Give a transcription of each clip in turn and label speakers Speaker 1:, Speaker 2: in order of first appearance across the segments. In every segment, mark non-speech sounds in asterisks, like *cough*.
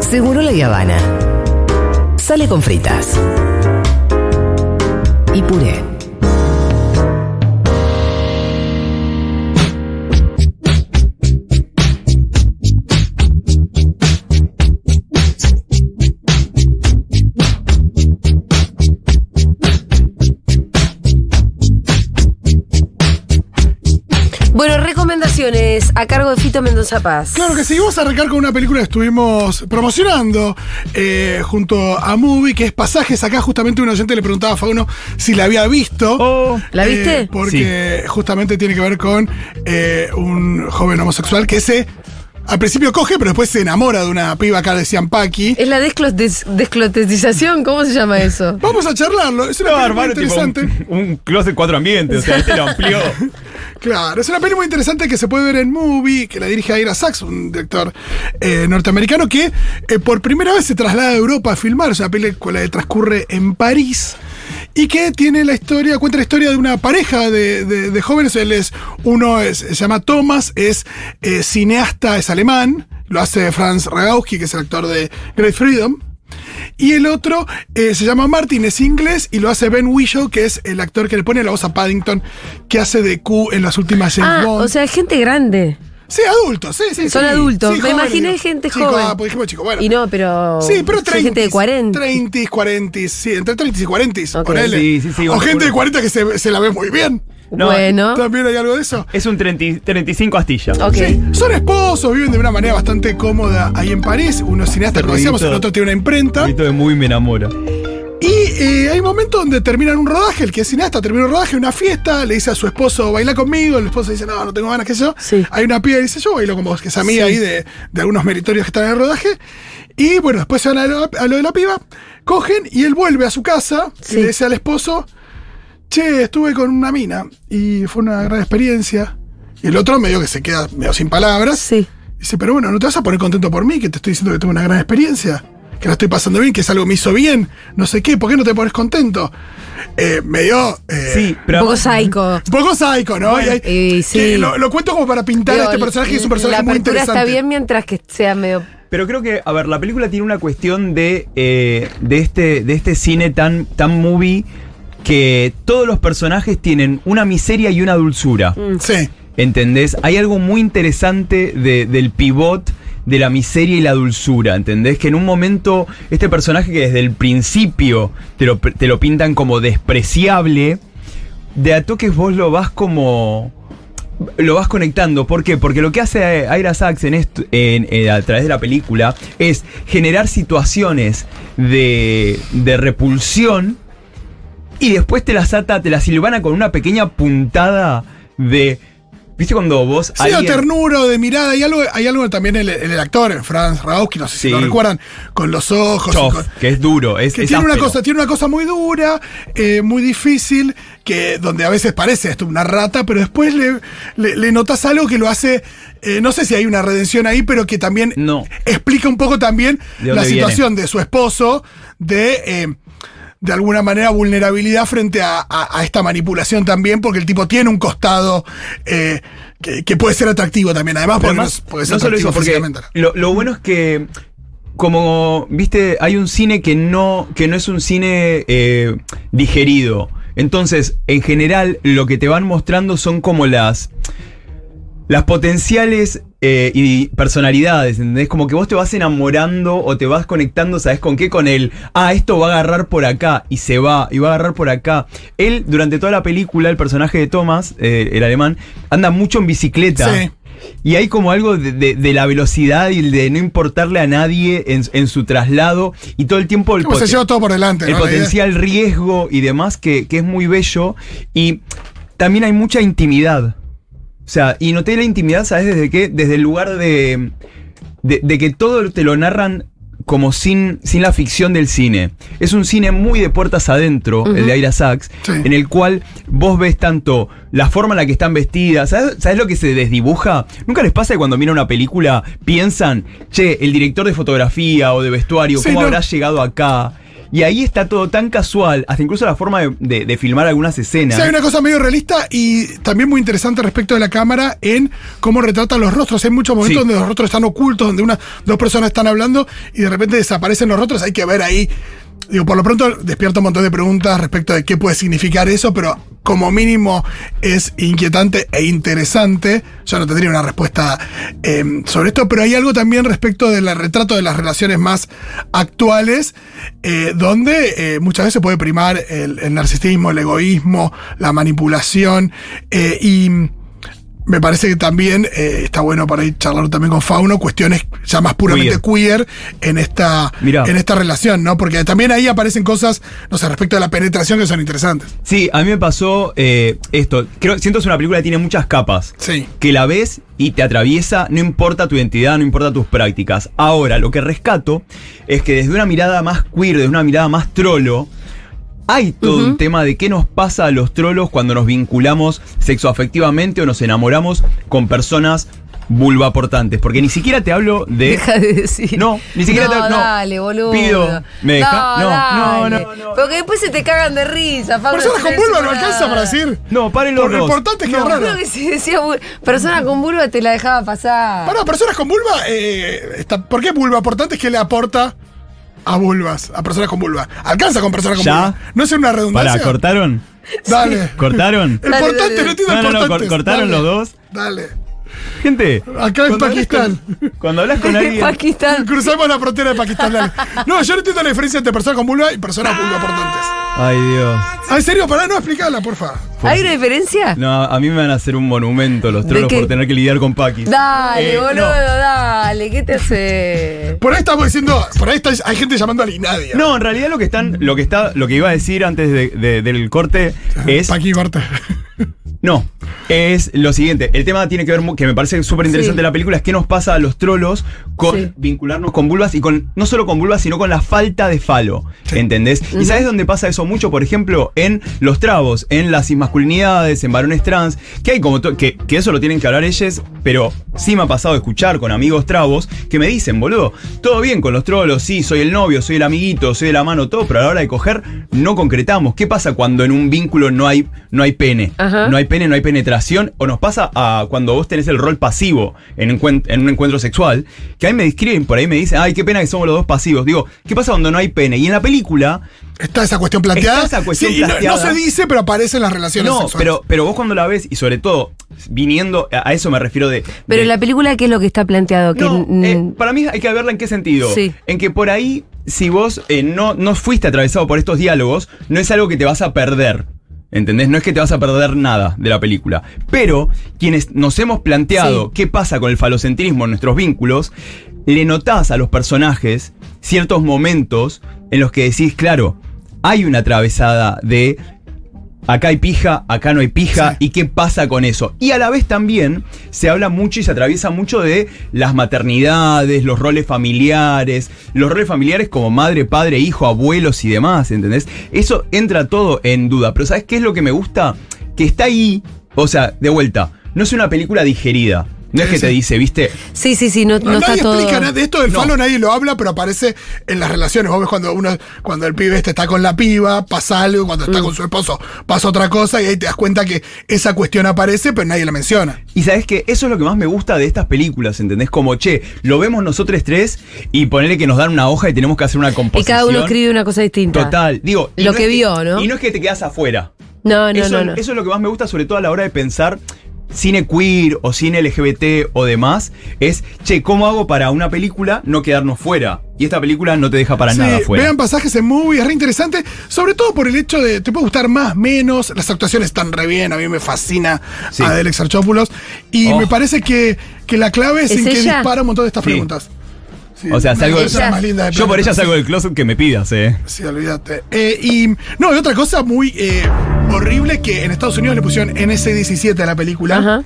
Speaker 1: Seguro la Habana. Sale con fritas. Y puré.
Speaker 2: Bueno, recomendaciones a cargo de Fito Mendoza Paz.
Speaker 3: Claro que sí, vamos a arrancar con una película que estuvimos promocionando eh, junto a Movie, que es Pasajes. Acá justamente un oyente le preguntaba a Fauno si la había visto.
Speaker 4: Oh.
Speaker 2: ¿La
Speaker 3: Eh,
Speaker 2: viste?
Speaker 3: porque justamente tiene que ver con eh, un joven homosexual que se... Al principio coge, pero después se enamora de una piba acá de Ciampaqui.
Speaker 4: Eh.
Speaker 2: Es la desclo- des- desclotetización, ¿cómo se llama eso?
Speaker 3: Vamos a charlarlo, es una
Speaker 4: No,
Speaker 3: película
Speaker 4: hermano, tipo un,
Speaker 3: interesante.
Speaker 4: un closet cuatro ambientes, o sea, este lo amplió.
Speaker 3: Claro, es una peli muy interesante que se puede ver en Movie, que la dirige Ira Sachs, un director eh, norteamericano que eh, por primera vez se traslada a Europa a filmar. Es una película que transcurre en París y que tiene la historia, cuenta la historia de una pareja de, de- de jóvenes. Él es, uno es- se llama Thomas, es eh, cineasta, es alemán, lo hace Franz Ragowski, que es el actor de Great Freedom. Y el otro eh, se llama Martin, es inglés y lo hace Ben Whishaw, que es el actor que le pone la voz a Paddington, que hace de Q en las últimas James
Speaker 2: Ah,
Speaker 3: Bond.
Speaker 2: o sea, gente grande.
Speaker 3: sí, adultos, sí, sí.
Speaker 2: Son
Speaker 3: sí.
Speaker 2: adultos.
Speaker 3: Sí,
Speaker 2: Me
Speaker 3: jóvenes,
Speaker 2: imaginé
Speaker 3: digo.
Speaker 2: gente
Speaker 3: Chico,
Speaker 2: joven.
Speaker 3: ah, pues dijimos chico, bueno.
Speaker 2: Y no, pero.
Speaker 3: Sí, pero
Speaker 2: son
Speaker 3: 30.
Speaker 2: gente de 40.
Speaker 3: 30, 40, sí, entre 30 y 40.
Speaker 2: Ok.
Speaker 3: ponele.
Speaker 4: Sí, sí, sí,
Speaker 3: o
Speaker 4: bueno,
Speaker 3: gente de
Speaker 4: bueno.
Speaker 3: 40 que se, se la ve muy bien.
Speaker 4: No,
Speaker 2: bueno.
Speaker 3: También hay algo de eso.
Speaker 4: *laughs* Es un 30 35 astilla.
Speaker 2: Ok.
Speaker 3: Sí, son esposos, viven de una manera bastante cómoda ahí en París. Uno es cineasta, como decíamos, el
Speaker 4: ruidito.
Speaker 3: otro tiene una imprenta.
Speaker 4: Esto de muy me enamora.
Speaker 3: Y eh, hay momentos donde terminan un rodaje, el que es cineasta termina un rodaje, una fiesta, le dice a su esposo, baila conmigo, el esposo dice, no, no tengo ganas, qué sé yo.
Speaker 2: Sí.
Speaker 3: Hay una piba que dice, yo bailo como que es amiga ahí de, de algunos meritorios que están en el rodaje. Y bueno, después se van a lo, a lo de la piba, cogen y él vuelve a su casa
Speaker 2: Sí.
Speaker 3: y le dice al esposo, che, estuve con una mina y fue una gran experiencia. Y el otro medio que se queda medio sin palabras.
Speaker 2: Sí.
Speaker 3: Dice, pero bueno, ¿no te vas a poner contento por mí? Que te estoy diciendo que tengo una gran experiencia, que la estoy pasando bien, que es algo que me hizo bien, no sé qué, ¿por qué no te pones contento? Eh, medio. eh,
Speaker 4: Sí,
Speaker 2: Un
Speaker 4: pero.
Speaker 2: poco psycho.
Speaker 3: Un poco psycho, ¿no? Y hay-
Speaker 2: y eh, sí.
Speaker 3: que lo, lo cuento como para pintar a
Speaker 2: Digo,
Speaker 3: este personaje, que es un
Speaker 2: La
Speaker 3: personaje muy
Speaker 2: apertura
Speaker 3: interesante.
Speaker 2: está bien mientras que sea medio.
Speaker 4: Pero creo que, a ver, la película tiene una cuestión de, eh, de, este, de este cine tan, tan movie que todos los personajes tienen una miseria y una dulzura.
Speaker 2: Mm.
Speaker 3: Sí.
Speaker 4: ¿Entendés? Hay algo muy interesante de- del pivot de la miseria y la dulzura, ¿entendés? Que en un momento este personaje que desde el principio te lo, te lo pintan como despreciable, de a toques vos lo vas como... Lo vas conectando. ¿Por qué? Porque lo que hace Aira Sachs en esto- en- en- a través de la película es generar situaciones de, de repulsión y después te las ata, te las silvana con una pequeña puntada de. ¿Viste cuando vos.
Speaker 3: Sí, o ternura, o de mirada. Hay algo, hay algo también en el, en el actor, en Franz Raowski, no sé si
Speaker 4: Sí.
Speaker 3: lo recuerdan, con los ojos. y
Speaker 4: Chof,
Speaker 3: con-
Speaker 4: que es duro, es,
Speaker 3: que
Speaker 4: es
Speaker 3: tiene una
Speaker 4: áspero.
Speaker 3: cosa, tiene una cosa muy dura, eh, muy difícil, que donde a veces parece esto una rata, pero después le, le, le notas algo que lo hace, eh, no sé si hay una redención ahí, pero que también
Speaker 4: No.
Speaker 3: explica un poco también
Speaker 4: ¿De dónde
Speaker 3: la
Speaker 4: viene?
Speaker 3: situación de su esposo, de eh, de alguna manera vulnerabilidad frente a, a- a esta manipulación también, porque el tipo tiene un costado eh, que, que puede ser atractivo también, además,
Speaker 4: Pero
Speaker 3: porque, no
Speaker 4: además,
Speaker 3: es- porque es
Speaker 4: no solo
Speaker 3: atractivo
Speaker 4: eso, porque
Speaker 3: físicamente.
Speaker 4: lo, lo bueno es que, como viste, hay un cine que no, que no es un cine eh, digerido. Entonces, en general, lo que te van mostrando son como las, las potenciales eh, y personalidades, ¿entendés? Como que vos te vas enamorando o te vas conectando, ¿sabes con qué? Con el, ah, esto va a agarrar por acá y se va, y va a agarrar por acá. Él, durante toda la película, el personaje de Thomas, eh, el alemán, anda mucho en bicicleta.
Speaker 3: Sí.
Speaker 4: Y hay como algo de, de- de la velocidad y de no importarle a nadie en, en su traslado y todo el tiempo el,
Speaker 3: Como se
Speaker 4: poten-
Speaker 3: lleva todo por delante.
Speaker 4: el
Speaker 3: ¿no? La idea-
Speaker 4: potencial riesgo y demás que, que es muy bello. Y también hay mucha intimidad. O sea, y noté la intimidad, ¿sabes? Desde qué? Desde el lugar de, de, de que todo te lo narran como sin, sin la ficción del cine. Es un cine muy de puertas adentro, el de Aira Sachs,
Speaker 3: Sí.
Speaker 4: en el cual vos ves tanto la forma en la que están vestidas, ¿sabes, sabes lo que se desdibuja? ¿Nunca les pasa que cuando miran una película piensan, che, el director de fotografía o de vestuario,
Speaker 3: Sí,
Speaker 4: ¿cómo
Speaker 3: no.
Speaker 4: habrá llegado acá? Y ahí está todo tan casual, hasta incluso la forma de, de- de filmar algunas
Speaker 3: O
Speaker 4: escenas.
Speaker 3: sea, hay una cosa medio realista y también muy interesante respecto de la cámara en cómo retratan los rostros. Hay muchos momentos
Speaker 4: Sí.
Speaker 3: donde los rostros están ocultos, donde una, dos personas están hablando y de repente desaparecen los rostros. Hay que ver ahí. Digo, por lo pronto despierta un montón de preguntas respecto de qué puede significar eso, pero como mínimo es inquietante e interesante. Yo no tendría una respuesta eh, sobre esto, pero hay algo también respecto del retrato de las relaciones más actuales, eh, donde eh, muchas veces puede primar el, el narcisismo, el egoísmo, la manipulación eh, y. Me parece que también eh, está bueno para ir charlar también con Fauno cuestiones ya más puramente queer, en esta
Speaker 4: Mirá.
Speaker 3: en esta relación, ¿no? Porque también ahí aparecen cosas, no sé, respecto a la penetración que son interesantes.
Speaker 4: Sí, a mí me pasó eh, esto. Creo, siento que es una película que tiene muchas capas.
Speaker 3: Sí.
Speaker 4: Que la ves y te atraviesa, no importa tu identidad, no importa tus prácticas. Ahora, lo que rescato es que desde una mirada más queer, desde una mirada más trolo, hay todo un tema de qué nos pasa a los trolos cuando nos vinculamos sexoafectivamente o nos enamoramos con personas vulvaportantes. Porque ni siquiera te hablo de...
Speaker 2: Deja de decir.
Speaker 4: No, ni siquiera
Speaker 2: no,
Speaker 4: te- no.
Speaker 2: Dale, boludo.
Speaker 4: Pido, me deja- no,
Speaker 2: dale.
Speaker 4: no, no, no.
Speaker 2: Porque después se te cagan de risa, Fabio.
Speaker 3: Personas con
Speaker 2: tenés
Speaker 3: vulva
Speaker 2: una-
Speaker 3: no alcanza para decir.
Speaker 4: No, paren los
Speaker 3: Por lo
Speaker 4: dos.
Speaker 3: importante es que
Speaker 2: "Ah". No,
Speaker 3: es raro.
Speaker 2: creo que si decía vul- persona con vulva te la dejaba pasar.
Speaker 3: Para personas con vulva, eh, está- ¿por qué vulva? Importante es que le aporta a vulvas, a personas con vulva. Alcanza con personas con
Speaker 4: Ya.
Speaker 3: vulva. No es una redundancia.
Speaker 4: Pará, ¿cortaron?
Speaker 3: *laughs* Dale.
Speaker 4: ¿Cortaron?
Speaker 3: El
Speaker 2: Dale,
Speaker 3: portante,
Speaker 2: dale.
Speaker 3: no entiendo el
Speaker 4: No, no, no,
Speaker 3: portante.
Speaker 4: cor- cortaron los dos.
Speaker 3: Dale.
Speaker 4: *laughs* Gente.
Speaker 3: Acá en
Speaker 4: cuando hablas
Speaker 3: Pakistán.
Speaker 4: con- cuando hablas con alguien.
Speaker 2: Pakistán.
Speaker 3: *laughs* Cruzamos la frontera de Pakistán. dale. No, yo no entiendo la diferencia entre personas con vulva y personas vulvaportantes.
Speaker 4: Ay, Dios.
Speaker 3: Ah, en serio, pará, no explicarla, porfa.
Speaker 2: ¿Hay una diferencia?
Speaker 4: No, a mí me van a hacer un monumento los
Speaker 2: ¿De
Speaker 4: trolos
Speaker 2: qué?
Speaker 4: por tener que lidiar con Pakis.
Speaker 2: Dale,
Speaker 4: Eh,
Speaker 2: boludo,
Speaker 4: no.
Speaker 2: dale. ¿Qué te hace?
Speaker 3: Por ahí estamos diciendo, por ahí está- hay gente llamando al Inadia.
Speaker 4: No, en realidad lo que están, lo que está, lo que iba a decir antes de- de- del corte es.
Speaker 3: Paqui corta.
Speaker 4: No, es lo siguiente. El tema tiene que ver, mu- que me parece súper interesante
Speaker 2: Sí.
Speaker 4: la película, es qué nos pasa a los trolos con
Speaker 2: Sí.
Speaker 4: vincularnos con vulvas y con, no solo con vulvas, sino con la falta de falo. ¿Entendés? ¿Y sabes dónde pasa eso mucho? Por ejemplo, en los trabos, en las inmasculinidades, en varones trans, que hay como to- que, que eso lo tienen que hablar ellos, pero sí me ha pasado de escuchar con amigos trabos que me dicen, boludo, todo bien con los trolos, sí, soy el novio, soy el amiguito, soy de la mano, todo, pero a la hora de coger no concretamos. ¿Qué pasa cuando en un vínculo no hay, no hay pene?
Speaker 2: Ajá.
Speaker 4: No hay pene, no hay penetración, o nos pasa a cuando vos tenés el rol pasivo en, encuen- en un encuentro sexual, que ahí me describen, por ahí me dicen, ay, qué pena que somos los dos pasivos. Digo, ¿qué pasa cuando no hay pene? Y en la película,
Speaker 3: Está esa cuestión planteada.
Speaker 4: Está esa cuestión
Speaker 3: Sí, y no-
Speaker 4: planteada.
Speaker 3: No, se dice, pero aparece en las relaciones
Speaker 4: no,
Speaker 3: sexuales.
Speaker 4: pero, pero vos cuando la ves, y sobre todo, viniendo, a a eso me refiero de...
Speaker 2: Pero
Speaker 4: de-
Speaker 3: Eh.
Speaker 2: en la película, ¿qué es lo que está planteado? Que,
Speaker 4: No,
Speaker 2: mm,
Speaker 4: eh, para mí hay que verla en qué sentido.
Speaker 2: Sí.
Speaker 4: En que por ahí, si vos eh, no, no fuiste atravesado por estos diálogos, no es algo que te vas a perder. ¿Entendés? No es que te vas a perder nada de la película. Pero quienes nos hemos planteado
Speaker 2: Sí.
Speaker 4: qué pasa con el falocentrismo en nuestros vínculos, le notás a los personajes ciertos momentos en los que decís, claro, hay una atravesada de acá hay pija, acá no hay pija, y qué pasa con eso. Y a la vez también se habla mucho y se atraviesa mucho de las maternidades, los roles familiares, los roles familiares como madre, padre, hijo, abuelos y demás, ¿entendés? Eso entra todo en duda, pero ¿sabes qué es lo que me gusta? Que está ahí, o sea, de vuelta, no es una película digerida. No es
Speaker 3: Sí,
Speaker 4: que te
Speaker 3: sí.
Speaker 4: dice, viste,
Speaker 2: sí, sí, sí, no, no
Speaker 3: nadie
Speaker 2: está todo.
Speaker 3: explica nada de esto del
Speaker 4: No.
Speaker 3: falo, nadie lo habla, pero aparece en las relaciones. Vos ves cuando uno, cuando el pibe este está con la piba, pasa algo, cuando
Speaker 2: Mm.
Speaker 3: está con su esposo, pasa otra cosa, y ahí te das cuenta que esa cuestión aparece, pero nadie la menciona.
Speaker 4: Y sabes que eso es lo que más me gusta de estas películas, ¿entendés? Como, che, lo vemos nosotros tres y ponele que nos dan una hoja y tenemos que hacer una
Speaker 2: Y
Speaker 4: composición.
Speaker 2: cada uno escribe una cosa distinta.
Speaker 4: Total. Digo, y
Speaker 2: Lo que vio,
Speaker 4: es
Speaker 2: ¿no?
Speaker 4: Y no es que te quedas afuera.
Speaker 2: No, no,
Speaker 4: eso,
Speaker 2: no. no.
Speaker 4: eso es lo que más me gusta, sobre todo a la hora de pensar cine queer o cine LGBT o demás. Es, che, ¿cómo hago para una película no quedarnos fuera? Y esta película no te deja para
Speaker 3: Sí,
Speaker 4: nada fuera.
Speaker 3: Vean pasajes en movie, es re interesante, sobre todo por el hecho de te puede gustar más, menos, las actuaciones están re bien, a mí me fascina
Speaker 4: Sí.
Speaker 3: a Adel Exarchopoulos y
Speaker 4: Oh.
Speaker 3: me parece que, que la clave es,
Speaker 2: ¿Es
Speaker 3: en que
Speaker 2: ella?
Speaker 3: dispara un montón de estas
Speaker 4: Sí.
Speaker 3: preguntas. Sí,
Speaker 4: o sea,
Speaker 3: una
Speaker 4: salgo
Speaker 3: de
Speaker 4: de-
Speaker 3: las personas más lindas del
Speaker 4: Yo por
Speaker 3: planeta.
Speaker 4: ella salgo del closet que me pidas, eh.
Speaker 3: Sí, olvídate. Eh, y no, y otra cosa muy eh, horrible que en Estados Unidos le pusieron NC-17 a la película.
Speaker 2: Ajá.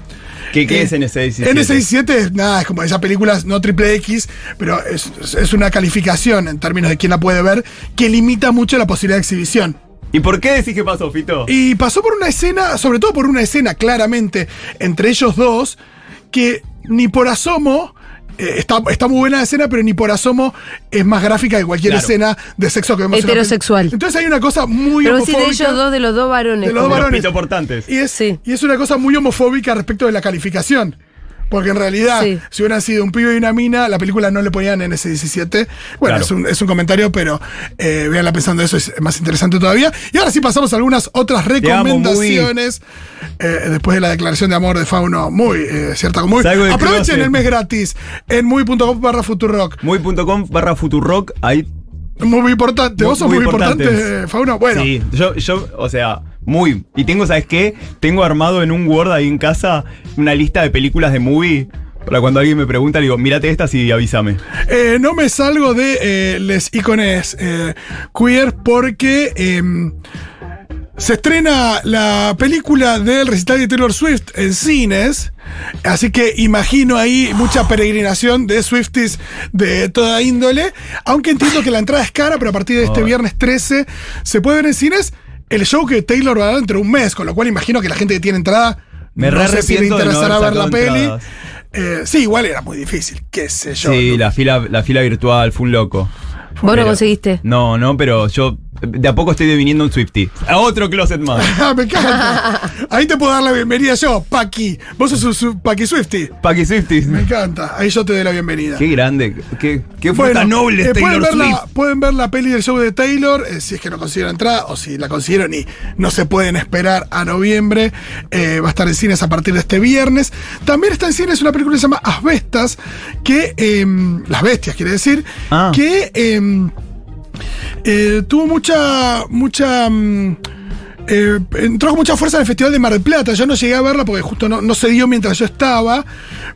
Speaker 4: ¿Qué, qué
Speaker 3: Eh,
Speaker 4: es NC17?
Speaker 3: NC17 es nada, es como esas películas no triple X, pero es, es- es una calificación en términos de quién la puede ver que limita mucho la posibilidad de exhibición.
Speaker 4: ¿Y por qué decís que pasó, Fito?
Speaker 3: Y pasó por una escena, sobre todo por una escena claramente entre ellos dos, que ni por asomo eh, está, está muy buena la escena, pero ni por asomo es más gráfica que cualquier
Speaker 4: Claro.
Speaker 3: escena de sexo que vemos. en la
Speaker 2: Heterosexual.
Speaker 3: película. Entonces hay una cosa muy
Speaker 2: Pero sí, de
Speaker 3: homofóbica.
Speaker 2: ellos dos, de los dos varones.
Speaker 3: De los dos
Speaker 2: como-
Speaker 4: Los
Speaker 3: varones.
Speaker 4: pitoportantes.
Speaker 3: Y es,
Speaker 2: Sí.
Speaker 3: y es una cosa muy homofóbica respecto de la calificación. Porque en realidad,
Speaker 2: Sí.
Speaker 3: si hubieran sido un pibe y una mina, la película no le ponían en ese 17. Bueno,
Speaker 4: Claro.
Speaker 3: es, un, es un comentario, pero eh, véanla pensando eso, es más interesante todavía. Y ahora sí pasamos a algunas otras
Speaker 4: amo,
Speaker 3: recomendaciones. eh, después de la declaración de amor de Fauno, muy eh, cierta como muy.
Speaker 4: Salgo del
Speaker 3: Aprovechen
Speaker 4: closet.
Speaker 3: el mes gratis en muy.com barra Futurock.
Speaker 4: Muy.com barra Futurock, ahí
Speaker 3: Muy importante.
Speaker 4: Muy-
Speaker 3: Vos sos muy,
Speaker 4: muy
Speaker 3: importante,
Speaker 4: importantes.
Speaker 3: eh, Fauno. Bueno,
Speaker 4: Sí, yo, yo, o sea, muy. Y tengo, ¿sabes qué? Tengo armado en un Word ahí en casa una lista de películas de movie. Para cuando alguien me pregunta, le digo, mírate estas y avísame.
Speaker 3: Eh, no me salgo de eh, les icones eh, queer porque em, se estrena la película del recital de Taylor Swift en cines. Así que imagino ahí mucha peregrinación de Swifties de toda índole. Aunque entiendo que la entrada es cara, pero a partir de este
Speaker 4: Ay.
Speaker 3: viernes 13 se puede ver en cines el show que Taylor va a dar entre un mes. Con lo cual imagino que la gente que tiene entrada
Speaker 4: Me
Speaker 3: no
Speaker 4: re
Speaker 3: sé si le
Speaker 4: arrepiento de no
Speaker 3: interesará
Speaker 4: haber
Speaker 3: ver la
Speaker 4: sacado
Speaker 3: peli.
Speaker 4: entradas.
Speaker 3: Eh, sí, igual era muy difícil, qué sé yo.
Speaker 4: sí, la fila, la fila virtual, fue un loco.
Speaker 2: Vos
Speaker 4: Pero-
Speaker 2: lo conseguiste.
Speaker 4: No, no, pero yo de a poco estoy deviniendo un Swifty. A otro closet más.
Speaker 3: *laughs* Ah, me encanta. Ahí te puedo dar la bienvenida yo, Paki. Vos sos un su- Paki Swifty.
Speaker 4: Paki Swifties.
Speaker 3: Me encanta. Ahí yo te doy la bienvenida.
Speaker 4: Qué grande. Qué, qué
Speaker 3: Bueno,
Speaker 4: fruta noble es
Speaker 3: eh,
Speaker 4: Taylor
Speaker 3: pueden, ver
Speaker 4: Swift.
Speaker 3: la, pueden ver la peli del show de Taylor, eh, si es que no consiguieron entrada, o si la consiguieron y no se pueden esperar a noviembre. Eh, va a estar en cines a partir de este viernes. También está en cines una película que se llama Asbestas, que. em, las bestias, quiere decir.
Speaker 4: Ah.
Speaker 3: Que. em, eh, tuvo mucha. mucha. mm, eh, entró con mucha fuerza en el Festival de Mar del Plata. Yo no llegué a verla porque justo no, no se dio mientras yo estaba.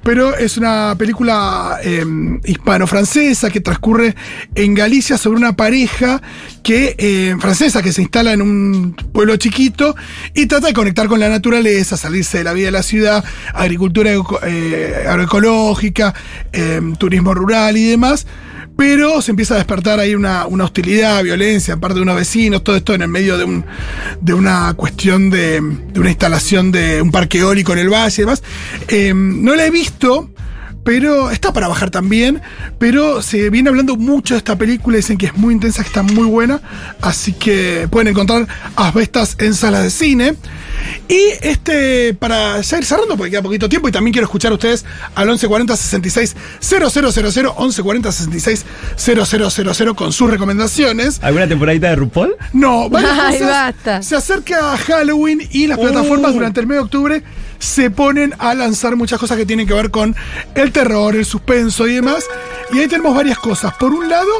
Speaker 3: Pero es una película eh, hispano-francesa que transcurre en Galicia sobre una pareja que, eh, francesa que se instala en un pueblo chiquito y trata de conectar con la naturaleza, salirse de la vida de la ciudad, agricultura eco- eh, agroecológica, eh, turismo rural y demás. Pero se empieza a despertar ahí una, una hostilidad, violencia, aparte de unos vecinos, todo esto en el medio de, un, de una cuestión de, de una instalación de un parque eólico en el valle y demás. Eh, no la he visto, pero está para bajar también. Pero se viene hablando mucho de esta película, dicen que es muy intensa, que está muy buena. Así que pueden encontrar asbestas en salas de cine. Y este, para ya ir cerrando, porque queda poquito tiempo, y también quiero escuchar a ustedes al 1140 66 000, 1140 66 000 con sus recomendaciones.
Speaker 4: ¿Alguna temporadita de RuPaul?
Speaker 3: No,
Speaker 2: *laughs*
Speaker 3: varias
Speaker 2: Ay,
Speaker 3: cosas.
Speaker 2: basta.
Speaker 3: Se acerca Halloween y las plataformas
Speaker 4: Uh.
Speaker 3: durante el mes de octubre se ponen a lanzar muchas cosas que tienen que ver con el terror, el suspenso y demás. Y ahí tenemos varias cosas. Por un lado,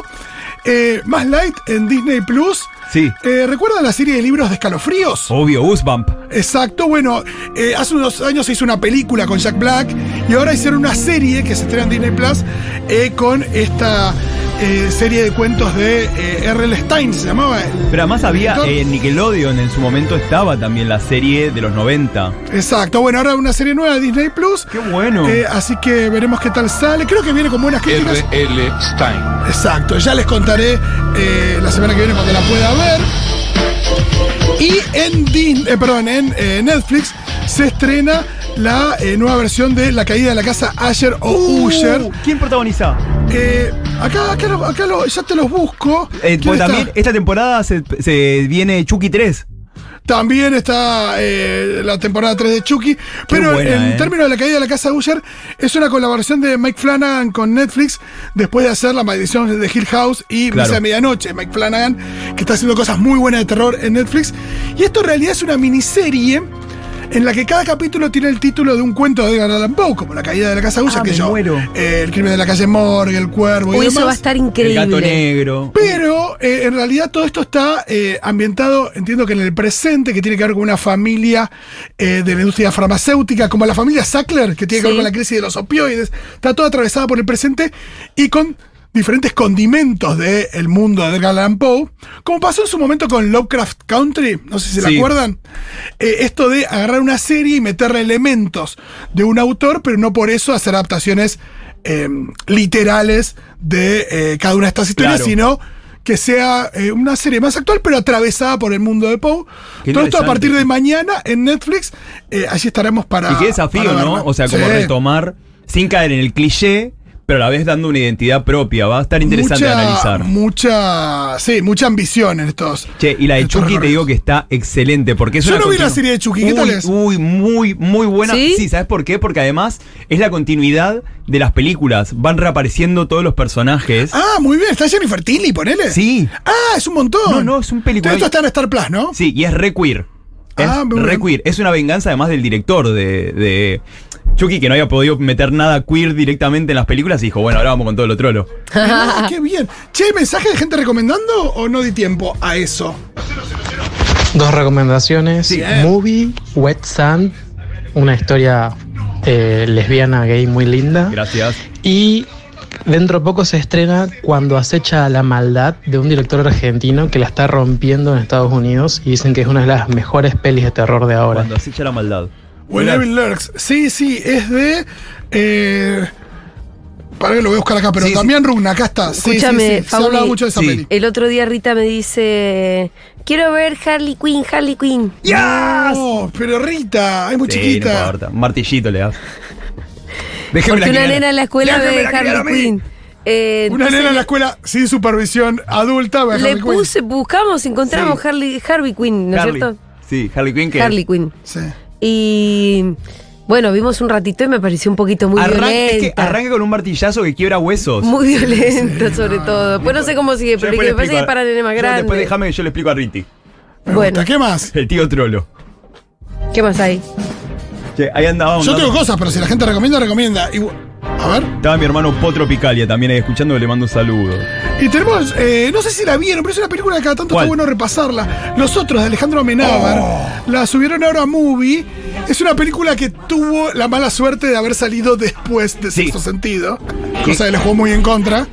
Speaker 3: eh, más light en Disney Plus.
Speaker 4: Sí.
Speaker 3: Eh, ¿Recuerdan la serie de libros de escalofríos?
Speaker 4: Obvio, Goosebump.
Speaker 3: Exacto, bueno, eh, hace unos años se hizo una película con Jack Black y ahora hicieron una serie que se estrena en Disney Plus eh, con esta eh, serie de cuentos de eh, R.L. Stein, se llamaba. el-
Speaker 4: Pero además había
Speaker 3: Doctor-
Speaker 4: eh, Nickelodeon, en su momento estaba también la serie de los 90.
Speaker 3: Exacto, bueno, ahora una serie nueva de Disney Plus.
Speaker 4: ¡Qué bueno!
Speaker 3: Eh, así que veremos qué tal sale. Creo que viene con buenas críticas.
Speaker 5: R.L. Stein.
Speaker 3: Exacto, ya les contaré eh, la semana que viene cuando la pueda ver. Y en, Dis- eh, perdón, en eh, Netflix se estrena la eh, nueva versión de La caída de la casa Asher o Usher.
Speaker 4: Uh, ¿Quién protagoniza?
Speaker 3: Eh, acá acá, lo- acá lo- ya te los busco.
Speaker 4: Eh,
Speaker 3: ¿Quién
Speaker 4: pues
Speaker 3: está?
Speaker 4: también esta temporada se, se viene Chucky 3.
Speaker 3: También está eh, la temporada 3 de Chucky. Pero
Speaker 4: buena,
Speaker 3: en
Speaker 4: eh.
Speaker 3: términos de la caída de la casa Usher, es una colaboración de Mike Flanagan con Netflix después de hacer La Maldición de Hill House y
Speaker 4: Claro.
Speaker 3: Misa a Medianoche. Mike Flanagan, que está haciendo cosas muy buenas de terror en Netflix. Y esto en realidad es una miniserie en la que cada capítulo tiene el título de un cuento de Edgar Allan Poe, como La caída de la casa Usher,
Speaker 4: Ah,
Speaker 3: que
Speaker 4: me
Speaker 3: yo.
Speaker 4: muero.
Speaker 3: eh, el crimen de la calle Morgue, El cuervo y
Speaker 2: Uy, eso
Speaker 3: demás.
Speaker 2: va a estar
Speaker 4: El gato
Speaker 2: increíble.
Speaker 4: negro.
Speaker 3: Pero eh, en realidad todo esto está eh, ambientado, entiendo que en el presente, que tiene que ver con una familia eh, de la industria farmacéutica, como la familia Sackler, que tiene que ver
Speaker 2: Sí.
Speaker 3: con la crisis de los opioides. Está toda atravesada por el presente y con diferentes condimentos del mundo de Edgar Allan Poe, como pasó en su momento con Lovecraft Country, no sé si se
Speaker 4: Sí.
Speaker 3: la acuerdan, Eh, esto de agarrar una serie y meterle elementos de un autor, pero no por eso hacer adaptaciones eh, literales de eh, cada una de estas historias,
Speaker 4: Claro.
Speaker 3: sino que sea eh, una serie más actual, pero atravesada por el mundo de Poe.
Speaker 4: Qué
Speaker 3: Todo esto a
Speaker 4: interesante.
Speaker 3: partir de mañana en Netflix. Eh, allí estaremos para.
Speaker 4: Y qué desafío,
Speaker 3: para
Speaker 4: ¿no?
Speaker 3: verlo.
Speaker 4: O sea, como
Speaker 3: Sí.
Speaker 4: retomar sin caer en el cliché, pero a la vez dando una identidad propia. Va a estar interesante
Speaker 3: mucha,
Speaker 4: analizar.
Speaker 3: Mucha, sí, mucha ambición en estos.
Speaker 4: Che, y la de
Speaker 3: estos
Speaker 4: Chucky te
Speaker 3: recorridos.
Speaker 4: digo que está excelente. Porque es
Speaker 3: Yo
Speaker 4: una
Speaker 3: no vi la
Speaker 4: continu-
Speaker 3: serie de Chucky, ¿qué
Speaker 4: Uy,
Speaker 3: tal es?
Speaker 4: Uy, muy, muy buena.
Speaker 2: ¿Sí?
Speaker 4: ¿Sí? ¿sabes por qué? Porque además es la continuidad de las películas. Van reapareciendo todos los personajes.
Speaker 3: Ah, muy bien, está Jennifer Tilly, ponele.
Speaker 4: Sí.
Speaker 3: Ah, es un montón.
Speaker 4: No, no, es un película.
Speaker 3: Esto está en Star Plus, ¿no?
Speaker 4: Sí, y es re queer. Es
Speaker 3: Ah, muy
Speaker 4: re
Speaker 3: bien.
Speaker 4: queer. Es una venganza además del director de, de Chucky, que no había podido meter nada queer directamente en las películas. Y dijo, bueno, ahora vamos con todo lo trolo.
Speaker 3: Ah, qué bien. Che, ¿mensaje de gente recomendando o no di tiempo a eso?
Speaker 5: Dos recomendaciones.
Speaker 3: Sí, eh.
Speaker 5: Movie, Wet Sand, una historia eh, lesbiana, gay muy linda.
Speaker 4: Gracias.
Speaker 5: Y dentro de poco se estrena Cuando acecha la maldad de un director argentino que la está rompiendo en Estados Unidos y dicen que es una de las mejores pelis de terror de ahora.
Speaker 4: Cuando acecha la maldad.
Speaker 3: When Evil Lurks. Sí, sí, es de. eh, para que lo voy a buscar acá, pero
Speaker 4: Sí, sí.
Speaker 3: también Rugna, acá está. Sí, sí,
Speaker 2: Escúchame,
Speaker 3: sí, Se
Speaker 2: Fauli.
Speaker 3: hablaba mucho de esa
Speaker 4: Sí.
Speaker 3: peli.
Speaker 2: El otro día Rita me dice, quiero ver Harley Quinn, Harley Quinn.
Speaker 3: No, pero Rita, es muy
Speaker 4: Sí, no
Speaker 3: chiquita.
Speaker 4: importa. Un
Speaker 2: *laughs*
Speaker 4: martillito le das.
Speaker 2: Porque una nena en la escuela
Speaker 3: Déjame
Speaker 2: ve
Speaker 3: la criar a
Speaker 2: Harley
Speaker 3: mí.
Speaker 2: Quinn. Eh,
Speaker 3: Una
Speaker 2: entonces
Speaker 3: nena en
Speaker 2: le-
Speaker 3: la escuela sin supervisión adulta. va a
Speaker 2: Le
Speaker 3: Harley Quinn.
Speaker 2: puse, buscamos, encontramos
Speaker 4: Sí.
Speaker 2: Harley, Harley Quinn, ¿no es
Speaker 4: Harley.
Speaker 2: cierto?
Speaker 4: Sí, Harley Quinn que
Speaker 2: Harley Quinn.
Speaker 3: Sí.
Speaker 2: Y bueno, vimos un ratito y me pareció un poquito muy
Speaker 4: arranca, es que
Speaker 2: violenta.
Speaker 4: arranca con un martillazo que quiebra huesos.
Speaker 2: muy violento, sobre todo. Pues no sé cómo sigue,
Speaker 4: Yo
Speaker 2: pero
Speaker 4: después
Speaker 2: que
Speaker 4: le
Speaker 2: me parece
Speaker 4: explico
Speaker 2: que
Speaker 4: a-
Speaker 2: para nene más
Speaker 4: yo
Speaker 2: grande.
Speaker 4: Después déjame que yo le explico a Riti,
Speaker 3: Me
Speaker 2: Bueno.
Speaker 3: gusta. ¿Qué más?
Speaker 4: el tío trolo.
Speaker 2: ¿Qué más hay?
Speaker 4: Che, ahí andaba un
Speaker 3: Yo
Speaker 4: dato.
Speaker 3: tengo cosas, pero si la gente recomienda, recomienda. Igu- a ver.
Speaker 4: Estaba mi hermano Potro Picalia también ahí escuchando, le mando un saludo.
Speaker 3: Y tenemos, eh, no sé si la vieron, pero es una película que cada tanto
Speaker 4: ¿Cuál? Oh.
Speaker 3: está bueno repasarla. Los otros, de Alejandro Amenábar, la subieron ahora a Movie. Es una película que tuvo la mala suerte de haber salido después de
Speaker 4: Sí.
Speaker 3: Sexto Sentido, cosa que le jugó muy en contra,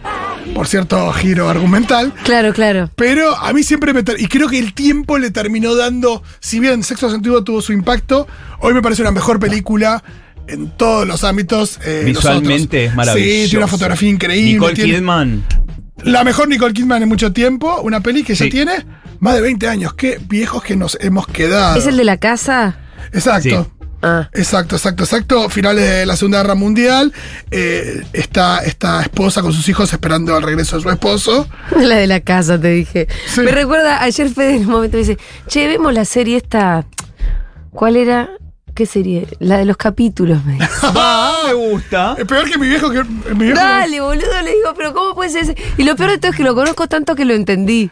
Speaker 3: por cierto, giro argumental.
Speaker 2: Claro, claro.
Speaker 3: Pero a mí siempre me... ter- Y creo que el tiempo le terminó dando, si bien Sexto Sentido tuvo su impacto, hoy me parece una mejor película en todos los ámbitos. eh, los otros.
Speaker 4: Visualmente es maravilloso.
Speaker 3: Sí, tiene una fotografía increíble.
Speaker 4: Nicole
Speaker 3: tiene- *laughs*
Speaker 4: Kidman.
Speaker 3: la mejor Nicole Kidman en mucho tiempo, una peli que ya
Speaker 4: Sí.
Speaker 3: tiene más de 20 años. Qué viejos que nos hemos
Speaker 4: Ah.
Speaker 3: quedado.
Speaker 2: ¿Es el de la casa?
Speaker 3: Exacto.
Speaker 2: Ah.
Speaker 3: Exacto, exacto, exacto. Finales de la Segunda Guerra Mundial. eh, está esta esposa con sus hijos esperando el regreso de su esposo.
Speaker 2: *laughs* La de la casa, te dije.
Speaker 3: Sí.
Speaker 2: Me recuerda, ayer Fede en un momento me dice, che, vemos la serie esta. ¿Cuál era? ¿Qué serie? La de los capítulos, me dice.
Speaker 4: *laughs* Ah, me gusta.
Speaker 3: Es peor que mi viejo que mi viejo.
Speaker 2: Dale, boludo, le digo, pero ¿cómo puede ser ese? Y lo peor de todo es que lo conozco tanto que lo entendí.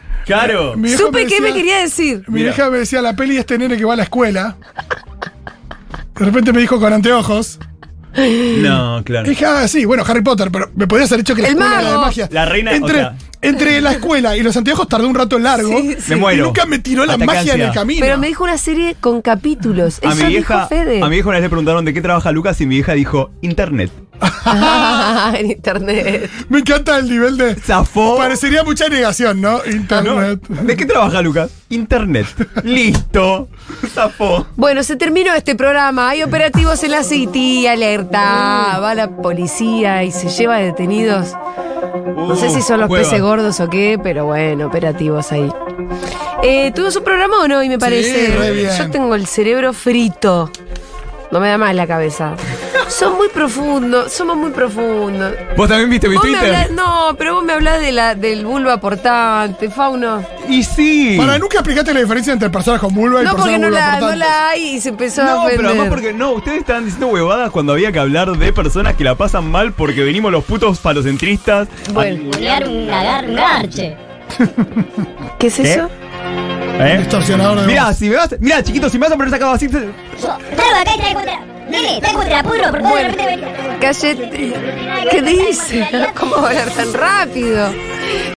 Speaker 3: *laughs*
Speaker 4: Claro.
Speaker 3: Mi viejo
Speaker 2: Supe qué me
Speaker 3: decía-
Speaker 2: quería decir.
Speaker 3: Mi
Speaker 4: Mira.
Speaker 3: vieja me decía, la peli es este nene que va a la escuela. De repente me dijo con anteojos.
Speaker 4: No, claro.
Speaker 3: Dije, ah, sí, bueno, Harry Potter, pero me podías haber dicho que la
Speaker 2: El
Speaker 3: escuela
Speaker 2: mago.
Speaker 3: era de magia.
Speaker 4: La reina, o
Speaker 3: entre,
Speaker 4: sea-
Speaker 3: entre la escuela y los anteojos tardó un rato largo.
Speaker 2: Sí, sí.
Speaker 4: Me muero.
Speaker 3: Y nunca me tiró la
Speaker 4: Ataque
Speaker 3: magia en el
Speaker 4: ansia.
Speaker 3: camino.
Speaker 2: Pero me dijo una serie con capítulos.
Speaker 4: A
Speaker 2: Eso
Speaker 4: mi, vieja,
Speaker 2: dijo Fede.
Speaker 4: a mi viejo una vez le preguntaron de qué trabaja Lucas y mi vieja dijo internet.
Speaker 2: Ah, *laughs* en internet.
Speaker 3: Me encanta el nivel de.
Speaker 4: Zafó.
Speaker 3: Parecería mucha negación, ¿no?
Speaker 4: No.
Speaker 3: Internet.
Speaker 4: ¿De qué trabaja Lucas? Internet. Listo. Zafó.
Speaker 2: Bueno, se terminó este programa. Hay operativos en la City,
Speaker 4: Uh.
Speaker 2: alerta. Va la policía y se lleva detenidos. No sé si son los peces gordos o qué, pero bueno, operativos ahí. Eh, Tuvo su programa o no, y me parece.
Speaker 3: re bien.
Speaker 2: Yo tengo el cerebro frito. No me da más la cabeza. Son muy profundos, somos muy profundos.
Speaker 4: ¿Vos también viste mi
Speaker 2: Vos me hablás-
Speaker 4: Twitter?
Speaker 2: no, pero vos me hablás de la, del vulva aportante, fauno.
Speaker 4: Y sí.
Speaker 3: Para nunca explicaste la diferencia entre personas con vulva y
Speaker 2: No, porque
Speaker 3: personas
Speaker 2: no
Speaker 3: con vulva
Speaker 2: la, no
Speaker 3: portante.
Speaker 2: la hay y se empezó a
Speaker 4: No,
Speaker 2: ofender.
Speaker 4: pero además porque no, ustedes estaban diciendo huevadas cuando había que hablar de personas que la pasan mal porque venimos los putos falocentristas.
Speaker 2: Bueno,
Speaker 6: Dar un lagar, un garche.
Speaker 2: ¿qué es eso?
Speaker 4: ¿Eh?
Speaker 3: Distorsionador de
Speaker 4: Mira,
Speaker 3: voz.
Speaker 4: si me vas, mira, chiquito, si me vas a poner sacado así, te-
Speaker 6: Yo traigo acá y traigo otra. Nene, traigo otra apuro, porque de repente venía.
Speaker 2: *laughs* Cállate. ¿Qué dice? ¿Cómo va a hablar tan rápido?